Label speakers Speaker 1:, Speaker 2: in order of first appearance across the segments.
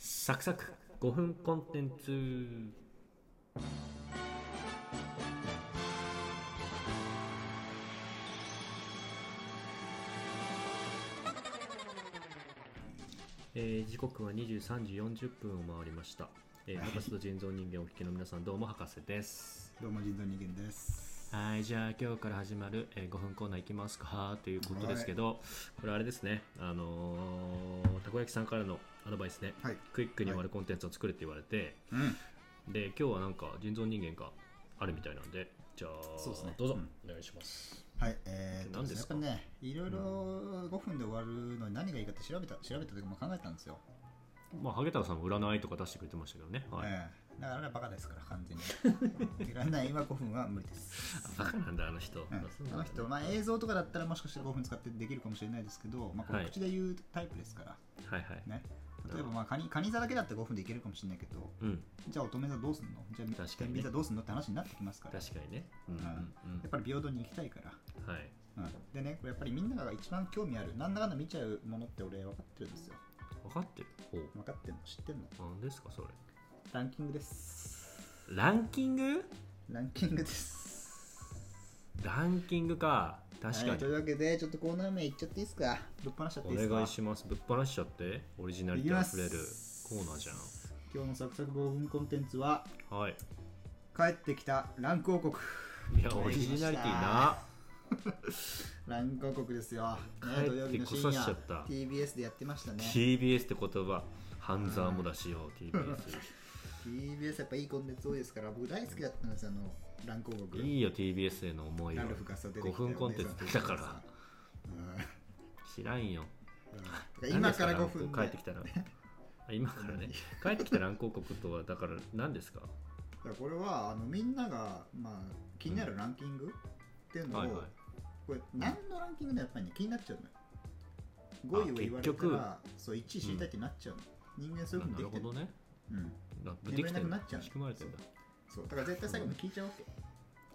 Speaker 1: サクサク5分コンテンツえー時刻は23時40分を回りました、えー、博士と人造人間をお聞きの皆さんどうも博士です
Speaker 2: どうも人造人間です。
Speaker 1: はいじゃあ今日から始まる、えー5分コーナーいきますかということですけどこれあれですねあのーたこ焼きさんからのアドバイスね
Speaker 2: はい。
Speaker 1: クイックに終わるコンテンツを作れって言われて、
Speaker 2: うん。
Speaker 1: で今日はなんか人造人間があるみたいなんでじゃあ
Speaker 2: そうですね
Speaker 1: どうぞ、
Speaker 2: うん
Speaker 1: お願いします
Speaker 2: はい。えー、っと
Speaker 1: 何ですか
Speaker 2: やっぱね、いろいろ5分で終わるのに何がいいかって調べた、調べたというかまあ考えたんですよ。
Speaker 1: まあハゲタカさんも占いとか出してくれてましたけどね、はい
Speaker 2: ええだからあれはバカですから、完全に。う んいらない今5分は無理です。
Speaker 1: あバカなんだあの人、
Speaker 2: うん、
Speaker 1: あそうな
Speaker 2: あ
Speaker 1: んだ
Speaker 2: の人、まあ、映像とかだったらもしかしたら5分使ってできるかもしれないですけど、まあ、こ
Speaker 1: は
Speaker 2: れ
Speaker 1: い
Speaker 2: 口で言うタイプですから、
Speaker 1: はいはい、
Speaker 2: ね。例えば、まあ、カニカニ座だけだったら5分でいけるかもしれないけど、
Speaker 1: うん
Speaker 2: じゃあ乙女座どうすんのじゃあ
Speaker 1: 確かにね
Speaker 2: 天秤座どうすんのって話になってきますから、
Speaker 1: 確かにねうんう
Speaker 2: うん
Speaker 1: ん
Speaker 2: やっぱり平等に行きたいから、
Speaker 1: うんはい
Speaker 2: うん、でねこれやっぱりみんなが一番興味あるなんだかんだ見ちゃうものって俺分かってるんですよ
Speaker 1: 分かってるほう
Speaker 2: 分かってるの知ってんの
Speaker 1: 何ですかそれ
Speaker 2: ランキングです
Speaker 1: ランキング
Speaker 2: ランキングです
Speaker 1: ランキングか確か
Speaker 2: はい、
Speaker 1: に、
Speaker 2: というわけでちょっとコーナー名いっちゃっていいですかぶっ放しちゃっていいです
Speaker 1: お
Speaker 2: か
Speaker 1: 願いしますぶっ放しちゃってオリジナリティあふれるコーナーじゃん
Speaker 2: 今日のサクサク5分コンテンツは
Speaker 1: はい
Speaker 2: 帰ってきたランク王国
Speaker 1: いやオリジナリティな
Speaker 2: ランク王国ですよ、ね、土曜日の
Speaker 1: 帰ってこ
Speaker 2: 深
Speaker 1: さ
Speaker 2: 夜
Speaker 1: せちゃった
Speaker 2: TBS でやってましたね
Speaker 1: TBS って言葉半沢もだしよ TBS
Speaker 2: TBS やっぱいいコンテンツ多いですから僕大好きだったんですよあのランク王国
Speaker 1: いいよ TBS への思いを
Speaker 2: ラルフがさ出て
Speaker 1: 5
Speaker 2: きたよ
Speaker 1: 分コンテンツだから
Speaker 2: うん
Speaker 1: 知らんよ
Speaker 2: うんだから今から5
Speaker 1: 何です乱
Speaker 2: 分
Speaker 1: 交帰ってき たらあ今からね帰ってきた乱広告とはだから何ですか
Speaker 2: だからこれはあのみんなが、まあ、気になるランキングっていうのを、
Speaker 1: はいはい
Speaker 2: これ何のランキングでやっぱり、ね、気になっちゃうのよ5位を言われたらそう1位知りたいってなっちゃうの、人間そういうふうに
Speaker 1: な
Speaker 2: で
Speaker 1: る
Speaker 2: き
Speaker 1: ほ
Speaker 2: てる
Speaker 1: どね
Speaker 2: うん、
Speaker 1: なで
Speaker 2: 眠
Speaker 1: き
Speaker 2: れ
Speaker 1: て
Speaker 2: なく
Speaker 1: ん
Speaker 2: な
Speaker 1: だ
Speaker 2: っちゃう
Speaker 1: 仕組まれてんだ
Speaker 2: そうだから絶対最後に聞いちゃうわ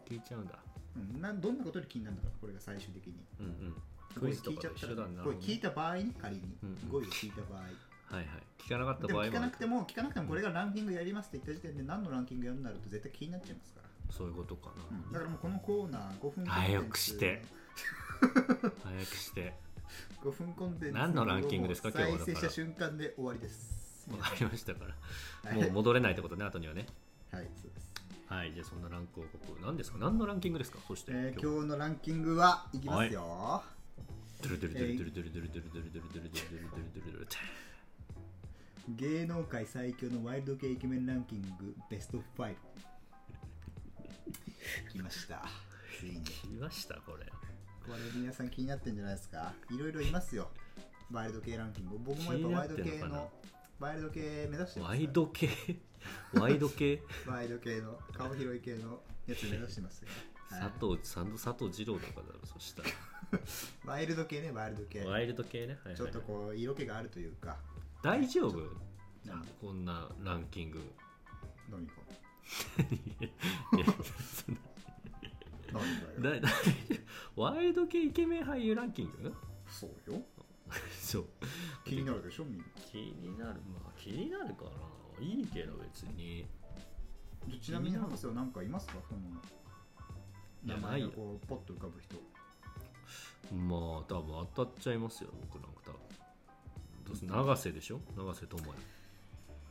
Speaker 2: け、
Speaker 1: 聞いちゃうんだ
Speaker 2: うん、なんどんなことで気になるんだからこれが最終的に
Speaker 1: うんうんクイズとかと一緒だな
Speaker 2: これ聞いた場合に仮に、
Speaker 1: うん
Speaker 2: 5位を聞いた場合
Speaker 1: はいはい聞かなかった
Speaker 2: で
Speaker 1: 場
Speaker 2: も
Speaker 1: 合
Speaker 2: 聞
Speaker 1: も
Speaker 2: か
Speaker 1: あ
Speaker 2: な
Speaker 1: る
Speaker 2: くても聞かなくてもこれがランキングやりますって言った時点で何のランキングやるんだろうと絶対気になっちゃいますから、
Speaker 1: そういうことか
Speaker 2: うんだからもうこのコーナー5分コンテンツ
Speaker 1: 早くしてな早くして
Speaker 2: 5分コンテンツ
Speaker 1: 何のランキングですか今日はだから
Speaker 2: 再生した瞬間で終わりです
Speaker 1: わかりましたから
Speaker 2: はい
Speaker 1: もう戻れないってことね後にはね
Speaker 2: はいそうです、
Speaker 1: はい、じゃあそんなランク王国、何ですか何のランキングですかそして、
Speaker 2: えー、今日のランキングはいきますよ、
Speaker 1: ドゥルドゥルドゥルドゥルドゥルドゥルドゥルドゥルドゥルドゥルドゥルドゥルドゥルドゥルドゥル
Speaker 2: 芸能界最強のワイルド系イケメンランキングベスト5来ましたついに
Speaker 1: 来ました、これ。
Speaker 2: これ皆さん気になってんじゃないですかいろいろいますよワイルド系ランキング僕もやっぱワイルド
Speaker 1: 気に
Speaker 2: 系
Speaker 1: なってんの
Speaker 2: のワイルド系目指してますから
Speaker 1: ワイド系ワイド系
Speaker 2: ワイルド系の顔広い系のやつ目指し てますよ、は
Speaker 1: 佐藤、佐藤、佐藤二郎とかだろ、そした
Speaker 2: い、ワイルド系ねワイルド系
Speaker 1: ら。ワイルド系ね。はいはい
Speaker 2: ちょっとこう色気があるというか
Speaker 1: 大丈夫
Speaker 2: なん
Speaker 1: あこんなランキング。
Speaker 2: 飲み子
Speaker 1: いやそんな
Speaker 2: 飲み子よ
Speaker 1: だだワイルド系イケメン俳優ランキング
Speaker 2: そうよ
Speaker 1: そう。
Speaker 2: 気になるでしょみんな
Speaker 1: 気になる、まあ気になるかな。いいけど、別に。
Speaker 2: でちなみに博士は何かいますかこの
Speaker 1: いや
Speaker 2: 名前
Speaker 1: ないよ
Speaker 2: がこうポッと浮かぶ人
Speaker 1: まあ多分当たっちゃいますよ僕なんか多分どうせ永瀬でしょ永瀬智也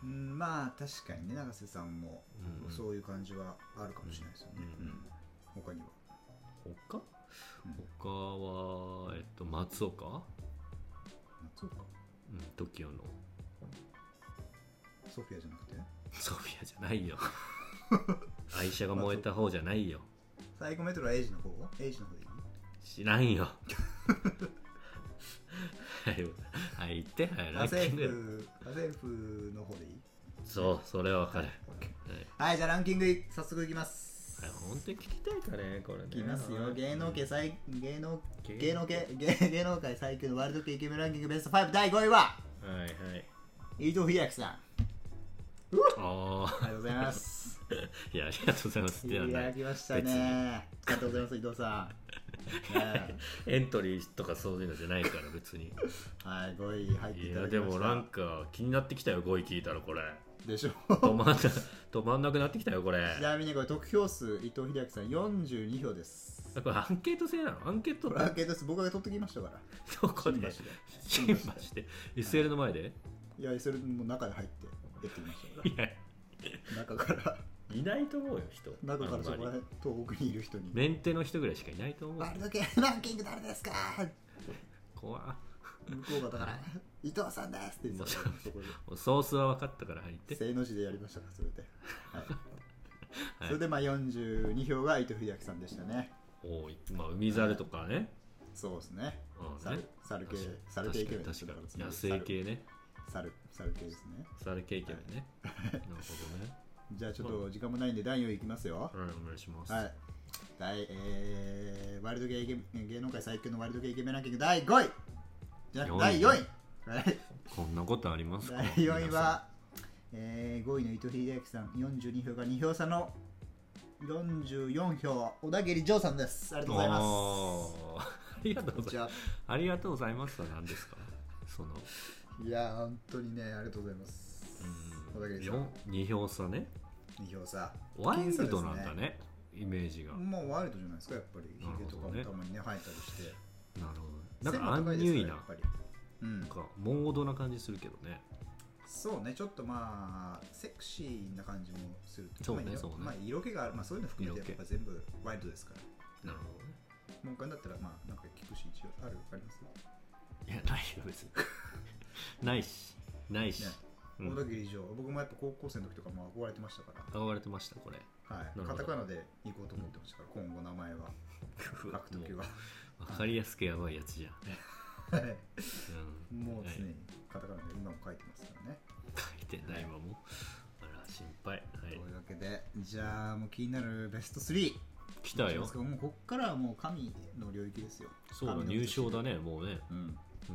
Speaker 2: うんまあ確かにね永瀬さんも
Speaker 1: うんうん
Speaker 2: そういう感じはあるかもしれないですよね、
Speaker 1: うんうん
Speaker 2: うん他には
Speaker 1: 他他はえっと松岡
Speaker 2: そうか
Speaker 1: うん TOKIO の
Speaker 2: ソフィアじゃなくて
Speaker 1: ソフィアじゃない よ愛車が燃えた方じゃないよ
Speaker 2: 最後メトロはエイジの方エイジの方でいい
Speaker 1: 知らんよはいはい言ってはいラ
Speaker 2: 家
Speaker 1: ンキング
Speaker 2: 政婦家政婦の方でいい
Speaker 1: そうそれはわかるはい、
Speaker 2: はいじゃあランキング早速いきます
Speaker 1: はい、本当に聞きたいかねこれね
Speaker 2: いきますよ芸能界最芸能
Speaker 1: 芸能
Speaker 2: 芸能系芸芸能界最強のワールド系イケメンランキングベスト5第5位は
Speaker 1: はいはい
Speaker 2: 伊藤英明さんあ
Speaker 1: ああ
Speaker 2: りがとうございます
Speaker 1: いやありがとうございます
Speaker 2: い
Speaker 1: ではない
Speaker 2: や来ましたねありがとうございます伊藤さね
Speaker 1: エントリーとかそういうのじゃないから別 に
Speaker 2: はい、5位入ってい
Speaker 1: い
Speaker 2: ただ
Speaker 1: や
Speaker 2: き
Speaker 1: で
Speaker 2: ました
Speaker 1: もな んか気になってきたよ5位聞いたらこれ
Speaker 2: でしょ
Speaker 1: 止まんな止まんなくなってきたよこれ
Speaker 2: ちなみにこれ得票数伊藤英明さん42票です
Speaker 1: これアンケート制なのアンケート
Speaker 2: これアンケートです僕が取ってきましたから
Speaker 1: どこで
Speaker 2: 新橋
Speaker 1: 新
Speaker 2: で
Speaker 1: 橋で SL の前で
Speaker 2: いやそれも中で入ってやってきましたか
Speaker 1: いや
Speaker 2: ら 中から
Speaker 1: いないと思うよ人
Speaker 2: 中からそ
Speaker 1: あん
Speaker 2: こら
Speaker 1: まり
Speaker 2: 辺東北にいる人に
Speaker 1: メンテの人ぐらいしかいないと思う
Speaker 2: あれだけランキング誰ですか
Speaker 1: 怖っ
Speaker 2: 向こうがだから伊藤さんですって言ってたからそこで
Speaker 1: もうソースは分かったから入って
Speaker 2: 正の字でやりましたからそれで、 はい
Speaker 1: はい
Speaker 2: それでまあ42票が伊藤英明さんでしたね
Speaker 1: おいまあ海猿とかね
Speaker 2: そうですね
Speaker 1: うん
Speaker 2: 猿
Speaker 1: ね
Speaker 2: 猿系
Speaker 1: 確
Speaker 2: 猿
Speaker 1: か
Speaker 2: 系
Speaker 1: に
Speaker 2: イケメン
Speaker 1: 確かに
Speaker 2: 猿
Speaker 1: 野生系ね
Speaker 2: 猿猿系ですね
Speaker 1: 猿系イケメンねなる
Speaker 2: じゃあちょっと時間もないんで第4位いきますよ
Speaker 1: ほどねはいお願いします
Speaker 2: はい第、えー、ワイルドゲイゲ芸能界最強のワイルドゲイイケメンランキング第5位じゃなくて第4位はい
Speaker 1: こんなことありますか
Speaker 2: 第4位は、えー、5位の伊藤英明さん42票が2票差の44票小田切丈さんですありがとうございます
Speaker 1: おーありがとう
Speaker 2: こ
Speaker 1: ご
Speaker 2: んに
Speaker 1: ざ
Speaker 2: ち
Speaker 1: います
Speaker 2: は
Speaker 1: ありがとうございますは何ですかその
Speaker 2: いやー本当にねありがとうございます小田切さん
Speaker 1: 2票差ね
Speaker 2: 2票差
Speaker 1: ワイルド
Speaker 2: 僅
Speaker 1: な
Speaker 2: 差
Speaker 1: ん
Speaker 2: です
Speaker 1: だねイメージが、な
Speaker 2: もうワイルドじゃないですかやっぱりヒ
Speaker 1: なる
Speaker 2: ゲ
Speaker 1: ほ
Speaker 2: と
Speaker 1: ど
Speaker 2: かも
Speaker 1: ね
Speaker 2: たまにね生えたりして
Speaker 1: るほどなんかアンニュイな
Speaker 2: やっぱりう
Speaker 1: なんん、かモンゴドな感じするけどね
Speaker 2: そうねちょっとまあセクシーな感じもする
Speaker 1: そうね
Speaker 2: まあ色
Speaker 1: そうね
Speaker 2: まあ、色気がある、まあ、そういうの含め
Speaker 1: 色
Speaker 2: て
Speaker 1: 気
Speaker 2: やっぱ全部ワイルドですか
Speaker 1: な
Speaker 2: ら
Speaker 1: るほどね
Speaker 2: 文句だったらまあなんか聞くし一応あるわかります、
Speaker 1: いやないよ別に ないしないし、
Speaker 2: ね
Speaker 1: うん
Speaker 2: 小田切城僕もやっぱ高校生の時とかも憧れてましたから
Speaker 1: 憧れてましたこれ
Speaker 2: はい
Speaker 1: ほど
Speaker 2: カタカナで行こうと思ってましたから、今後名前は書くと き
Speaker 1: も
Speaker 2: は
Speaker 1: う分かりやすくやばいやつじゃん、うん、
Speaker 2: もう
Speaker 1: は
Speaker 2: 常
Speaker 1: い
Speaker 2: にカタカナで今も書いてますからね、
Speaker 1: 書いてないわもうあら心配はい
Speaker 2: というわけでじゃあもう気になるベスト3
Speaker 1: 来たよ
Speaker 2: もうこっからはもう神の領域ですよ
Speaker 1: そうだ入賞だねもうね
Speaker 2: うん
Speaker 1: う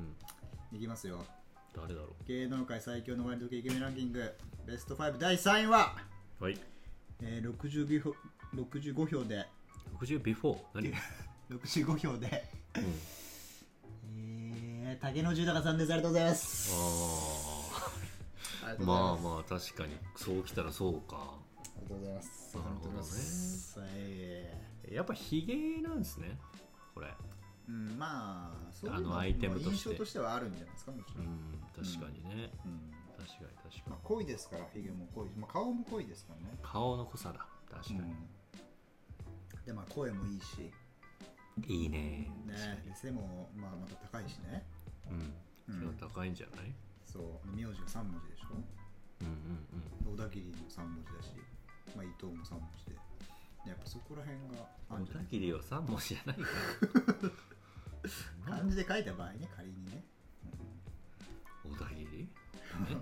Speaker 1: ん
Speaker 2: いきますよ
Speaker 1: 誰だろ
Speaker 2: 芸能界最強のワイルド系イケメンランキングベスト5第3位は、
Speaker 1: うはい
Speaker 2: えー、65, 票65票で
Speaker 1: 60ビフォー何、
Speaker 2: 65票で、
Speaker 1: うん
Speaker 2: えー、竹野重隆さんですありがとうございます
Speaker 1: あ
Speaker 2: ありが
Speaker 1: あ
Speaker 2: とうござい
Speaker 1: まあ
Speaker 2: ます
Speaker 1: まあ確かにそうきたらそうか
Speaker 2: ありがとうございます
Speaker 1: なるほどね
Speaker 2: はい
Speaker 1: やっぱヒゲなんですねこれ
Speaker 2: うん、まあそういう
Speaker 1: あ
Speaker 2: の
Speaker 1: のアイテムとして
Speaker 2: 印象としてはあるんじゃないですかもち
Speaker 1: う
Speaker 2: ろん、うん
Speaker 1: ん確かにね、確かに確か
Speaker 2: ま
Speaker 1: に、
Speaker 2: あ濃いですからヒゲも濃いし、まあ、顔も濃いですからね
Speaker 1: 顔の濃さだ確かに、
Speaker 2: でまあ声もいいし、
Speaker 1: いいね確か
Speaker 2: ね、背も、まあ、また高いしね、
Speaker 1: にうん
Speaker 2: う
Speaker 1: それは
Speaker 2: ん、
Speaker 1: 高いんじゃない、
Speaker 2: そう名字が3文字でし
Speaker 1: うん、うん
Speaker 2: ょ小田切も3文字だし、まあ、伊藤も3文字でやっぱそこら辺があ
Speaker 1: うんん
Speaker 2: じゃ
Speaker 1: 小
Speaker 2: な
Speaker 1: 田
Speaker 2: い
Speaker 1: 切は3文字じゃ ないかな
Speaker 2: 漢字で書いた場合ね仮にね、
Speaker 1: 小田切
Speaker 2: うん、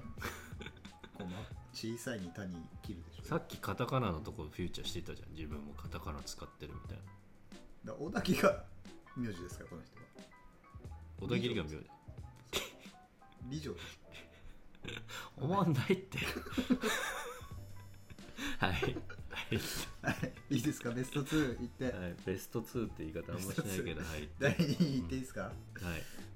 Speaker 2: この小さいに他に切るでしょ
Speaker 1: さっきカタカナのとこフューチャーしてたじゃん自分もカタカナ使ってるみたいな
Speaker 2: だから小田切が名字ですからこの人は
Speaker 1: 小田切が妙だ
Speaker 2: 理女で
Speaker 1: 思 わないって はい、はい
Speaker 2: すいいですかベスト2いって
Speaker 1: はい、ベスト2って言い方あんましないけど、はい。
Speaker 2: 第2位いっていいですか、
Speaker 1: はい。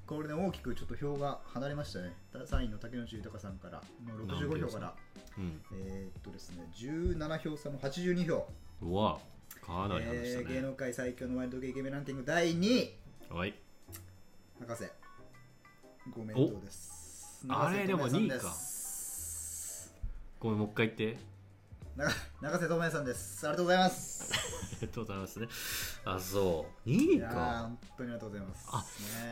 Speaker 2: これね大きくちょっと票が離れましたね3位の竹野内豊さんからもう65票から
Speaker 1: うん。
Speaker 2: えーっとですね17票差の82票、
Speaker 1: うわ、かなり話し
Speaker 2: え
Speaker 1: た
Speaker 2: ー芸
Speaker 1: ね。
Speaker 2: 能界最強のワイルドゲイイケメンランキング第2位
Speaker 1: はい。
Speaker 2: 博士ご名答です
Speaker 1: お
Speaker 2: 永瀬
Speaker 1: あれでも
Speaker 2: 智也さん
Speaker 1: 二位か
Speaker 2: です
Speaker 1: ごめん、もう一回言って。
Speaker 2: な永瀬智也さんですありがとうございます
Speaker 1: ありがとうございますね。あ、そう。2位
Speaker 2: いやー
Speaker 1: か。
Speaker 2: 本当にありがとうございます
Speaker 1: あ
Speaker 2: ね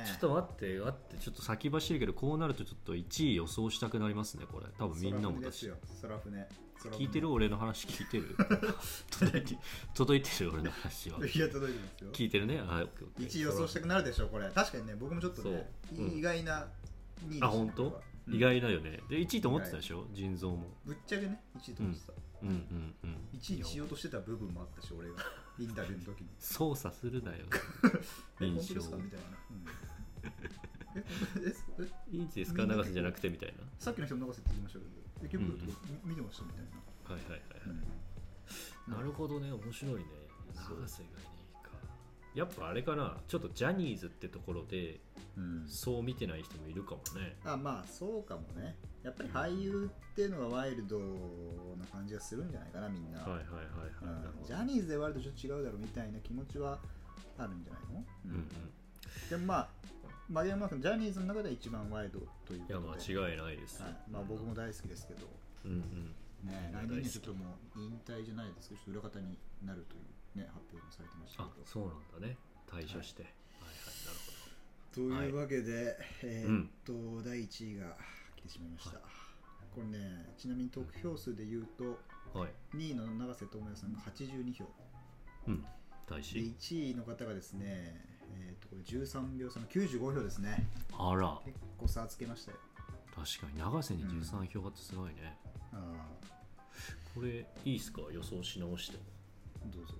Speaker 1: ちょっと待って、待って、ちょっと先走るけど、こうなるとちょっと1位予想したくなりますね、これ。多分みんなも
Speaker 2: 空船
Speaker 1: だ
Speaker 2: です
Speaker 1: し
Speaker 2: よ。空船空
Speaker 1: 聞
Speaker 2: 船
Speaker 1: いてる俺の話聞いてる 届いて届いてる俺の話はい
Speaker 2: や届いてますよ
Speaker 1: 聞いてるねあオッケーオッケー
Speaker 2: 一位予想したくなるでしょこれ確かにね僕もちょっとね、
Speaker 1: そううん
Speaker 2: 意外な2位でした
Speaker 1: あ本当
Speaker 2: これは
Speaker 1: 意外だよねで1位と思ってたでしょ腎臓も
Speaker 2: ぶっちゃけね1位と思ってた、
Speaker 1: うんうんうん
Speaker 2: 1位にしようとしてた部分もあったし俺がインタビューの時に
Speaker 1: 操作するなよ
Speaker 2: え
Speaker 1: 印 象
Speaker 2: 本当ですかみたいな、うんえ本当ですえ
Speaker 1: いいんですか
Speaker 2: みん
Speaker 1: 流
Speaker 2: な
Speaker 1: すじゃなくてみたいな
Speaker 2: さっきの人も流せって言いましたけどえ結構、見てましたみたいな、
Speaker 1: はいはいはいはい、
Speaker 2: うん
Speaker 1: なるほどね面白いね
Speaker 2: そう
Speaker 1: 流せがいいかやっぱあれかなちょっとジャニーズってところで
Speaker 2: うん
Speaker 1: そう見てない人もいるかもね
Speaker 2: あまあそうかもねやっぱり俳優っていうのがワイルドな感じがするんじゃないかなみんな、
Speaker 1: はいはいはいはいなる
Speaker 2: うん
Speaker 1: ほ
Speaker 2: ジ
Speaker 1: ど
Speaker 2: ャニーズでワイルドちょっと違うだろうみたいな気持ちはあるんじゃないの、
Speaker 1: う
Speaker 2: うんん
Speaker 1: うん
Speaker 2: でもまあ丸山君ジャニーズの中では一番ワイルドというこ
Speaker 1: い
Speaker 2: と
Speaker 1: や
Speaker 2: で
Speaker 1: 間違いないです、
Speaker 2: はいまあ、僕も大好きですけど、
Speaker 1: うんうん
Speaker 2: ね、
Speaker 1: 大好き
Speaker 2: 来年にはちょっともう引退じゃないですけど、ちょっと裏方になるという、ね、発表もされてました
Speaker 1: あ
Speaker 2: けど。
Speaker 1: そうなんだね対処して、はい、
Speaker 2: というわけで、えー
Speaker 1: うん
Speaker 2: っと、第1位が来てしまいました。これね、ちなみに得票数で言うと、
Speaker 1: はいなるほどはい
Speaker 2: 2位の永瀬智也さんが82票、
Speaker 1: うん大
Speaker 2: で
Speaker 1: 使
Speaker 2: 1位の方がですね、えーっとこれ13秒差の95票ですね。
Speaker 1: あら
Speaker 2: 結構差つけましたよ。
Speaker 1: 確かに永瀬に13票がすごいね、
Speaker 2: あ
Speaker 1: これいいっすか予想し直して
Speaker 2: ーどうぞ。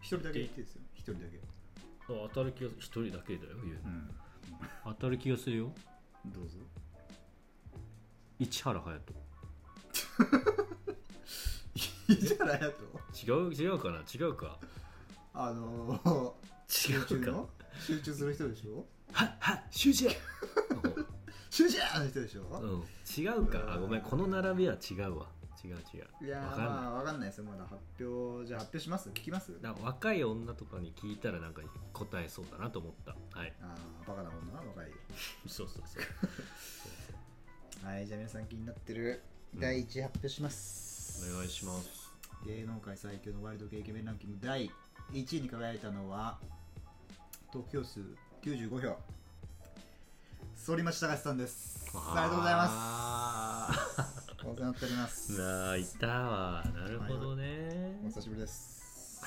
Speaker 2: 一人だけ言っていいですよ、一人だけ。
Speaker 1: あ当たる気がする1人だけだよ言うの
Speaker 2: う
Speaker 1: 当
Speaker 2: ん、
Speaker 1: たる気がするよ
Speaker 2: どうぞ。
Speaker 1: 市原隼
Speaker 2: いいじゃないやと。
Speaker 1: 人違う違うかな違うか
Speaker 2: あのー、
Speaker 1: 違
Speaker 2: 集中
Speaker 1: うか
Speaker 2: の集中する人でしょ
Speaker 1: ははシュジェ
Speaker 2: 集中の人でしょ、
Speaker 1: うん違うかあごめんこの並びは違うわ違う違う
Speaker 2: いやー
Speaker 1: わかんない
Speaker 2: まあわかんないですよまだ発表じゃあ発表します聞きます
Speaker 1: なんか若い女とかに聞いたらなんか答えそうだなと思ったはい
Speaker 2: ああバカな女若い
Speaker 1: そうそうそう
Speaker 2: はいじゃあ皆さん気になってる第1位発表します、
Speaker 1: お願いします
Speaker 2: 芸能界最強のワイルド系イケメンランキング第1位に輝いたのは得票数95票反町隆史さんです ありがとうございますお世話になっておりま す
Speaker 1: なあいたわなるほどね
Speaker 2: お久しぶりです、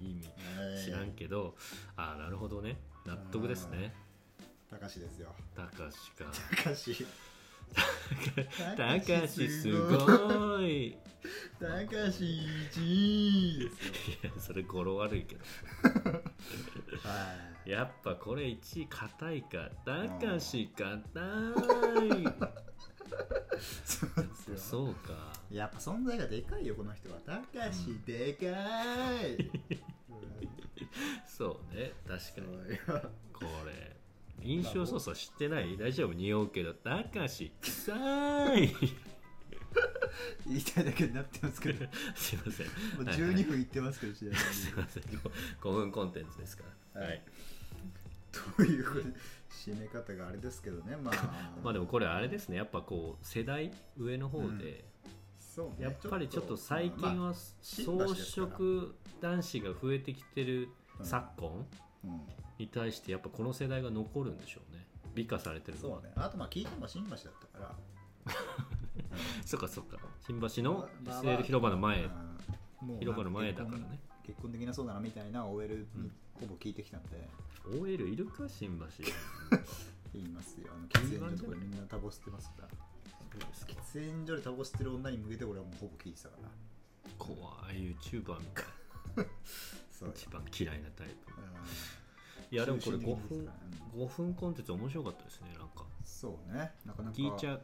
Speaker 1: 意味
Speaker 2: は い
Speaker 1: 知らんけどあなるほどね納得ですね
Speaker 2: 隆史ですよ
Speaker 1: たかしか
Speaker 2: 高橋
Speaker 1: たかしす
Speaker 2: い
Speaker 1: ごいい
Speaker 2: 高橋一位ですよ
Speaker 1: やそれ語呂悪いけど
Speaker 2: は
Speaker 1: やっぱこれ1位硬いかたかし硬
Speaker 2: いそう
Speaker 1: い
Speaker 2: です よ
Speaker 1: そうか
Speaker 2: やっぱ存在がでかいよこの人は高橋でかい、
Speaker 1: そうね確か
Speaker 2: う
Speaker 1: に
Speaker 2: んそうよ
Speaker 1: これ印象操作知ってない大丈夫匂うけどたかし臭い
Speaker 2: 言いたいだけになってますけ ども
Speaker 1: すいませんは
Speaker 2: う
Speaker 1: いはい
Speaker 2: 12分いってますけど試 合
Speaker 1: すいません5分コンテンツですから、
Speaker 2: は
Speaker 1: はいい
Speaker 2: ということで締め方があれですけどねまあ
Speaker 1: まあでもこれあれですねやっぱこう世代上の方で、
Speaker 2: そうね、
Speaker 1: やっぱりちょっと最近
Speaker 2: まあ
Speaker 1: は
Speaker 2: 新橋で
Speaker 1: 草
Speaker 2: すから
Speaker 1: 食男子が増えてきてる
Speaker 2: うん
Speaker 1: 昨今
Speaker 2: うん
Speaker 1: に対してやっぱこの世代が残るんでしょうね美化されてるのは
Speaker 2: そうねあとまあ聞いたのが新橋だったから
Speaker 1: そっかそっか新橋の
Speaker 2: まあまあ
Speaker 1: SL 広場の前、
Speaker 2: うんもう
Speaker 1: 広場の前だからね
Speaker 2: 結婚できなそうだなみたいな OL
Speaker 1: う
Speaker 2: に
Speaker 1: ん
Speaker 2: ほぼ聞いてきたんで、
Speaker 1: OL いるか新橋
Speaker 2: 言いますよあの喫煙所のところ
Speaker 1: 言
Speaker 2: みんなタバコ吸ってますから
Speaker 1: そうですか
Speaker 2: 喫煙所でタバコ吸ってる女に向けて俺はもうほぼ聞いてたから
Speaker 1: 怖い YouTuber みたい
Speaker 2: そうよ
Speaker 1: 一番嫌いなタイプ
Speaker 2: うん
Speaker 1: いやでもこれ
Speaker 2: 中心
Speaker 1: 5
Speaker 2: 的です
Speaker 1: 分
Speaker 2: からうん
Speaker 1: 5分コンテンツ面白かったですねなんか
Speaker 2: そうねなかなか
Speaker 1: 聞いちゃ
Speaker 2: う、、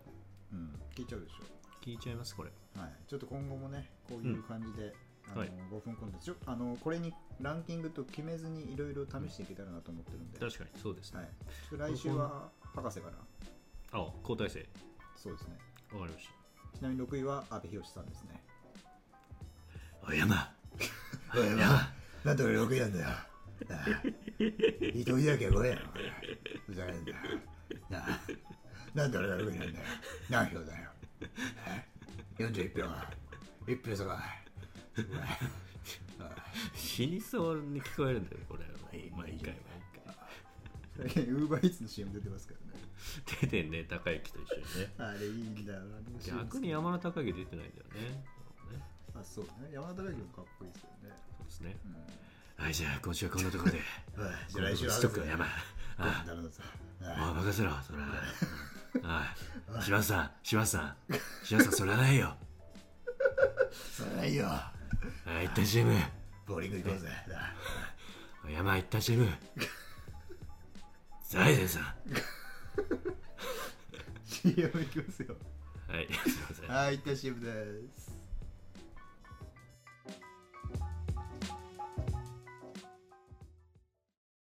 Speaker 1: うん
Speaker 2: 聞いちゃうでしょ
Speaker 1: 聞いちゃいますこれ
Speaker 2: はいちょっと今後もねこういう感じで、あの
Speaker 1: はい
Speaker 2: 5分コンテンツちょあのこれにランキングと決めずにいろいろ試していけたらなと思ってるんで、
Speaker 1: 確かにそうですね、
Speaker 2: はい、ちょっと来週は博士かな
Speaker 1: あ交代制
Speaker 2: そうですね
Speaker 1: わかりまし
Speaker 2: ちなみに6位は阿部寛さんですね
Speaker 1: た青山
Speaker 2: おいお前なんで俺6位なんだよ。なあ伊藤英明は5位なのふざけんなよ。なあなんで俺が6位なんだよ。何票だよ。え41票か。1票差か。お前
Speaker 1: 死にそうに聞こえるんだよこれ
Speaker 2: い
Speaker 1: 毎
Speaker 2: いいじ
Speaker 1: 回
Speaker 2: ゃん
Speaker 1: 毎回
Speaker 2: 最近ウーバーイーツの CM 出てますからね。
Speaker 1: 手でね高之と一緒にね
Speaker 2: あれいいんだよな。
Speaker 1: 逆に山田孝之出てないんだよねね
Speaker 2: あ、そうね。山田大輝もかっこいいですよね。
Speaker 1: そうですね
Speaker 2: うん
Speaker 1: はいじゃあ今週はこんなところで
Speaker 2: おいじゃあ 来
Speaker 1: 来
Speaker 2: 週
Speaker 1: 週は
Speaker 2: は博
Speaker 1: ス
Speaker 2: 士
Speaker 1: トック
Speaker 2: だ
Speaker 1: 山
Speaker 2: よ。
Speaker 1: あ
Speaker 2: あ
Speaker 1: あ
Speaker 2: ダメだぞ。
Speaker 1: あ
Speaker 2: あ
Speaker 1: 任せろそれはああ柴田さん柴田さん柴田さんそれはない よ
Speaker 2: それはいいよ。
Speaker 1: あ一旦 CM
Speaker 2: ボーリング行こうぜ。なあ
Speaker 1: 山一旦 CM 財前さん
Speaker 2: CM 行きますよ。
Speaker 1: はいすいません
Speaker 2: はい、一旦 CM です。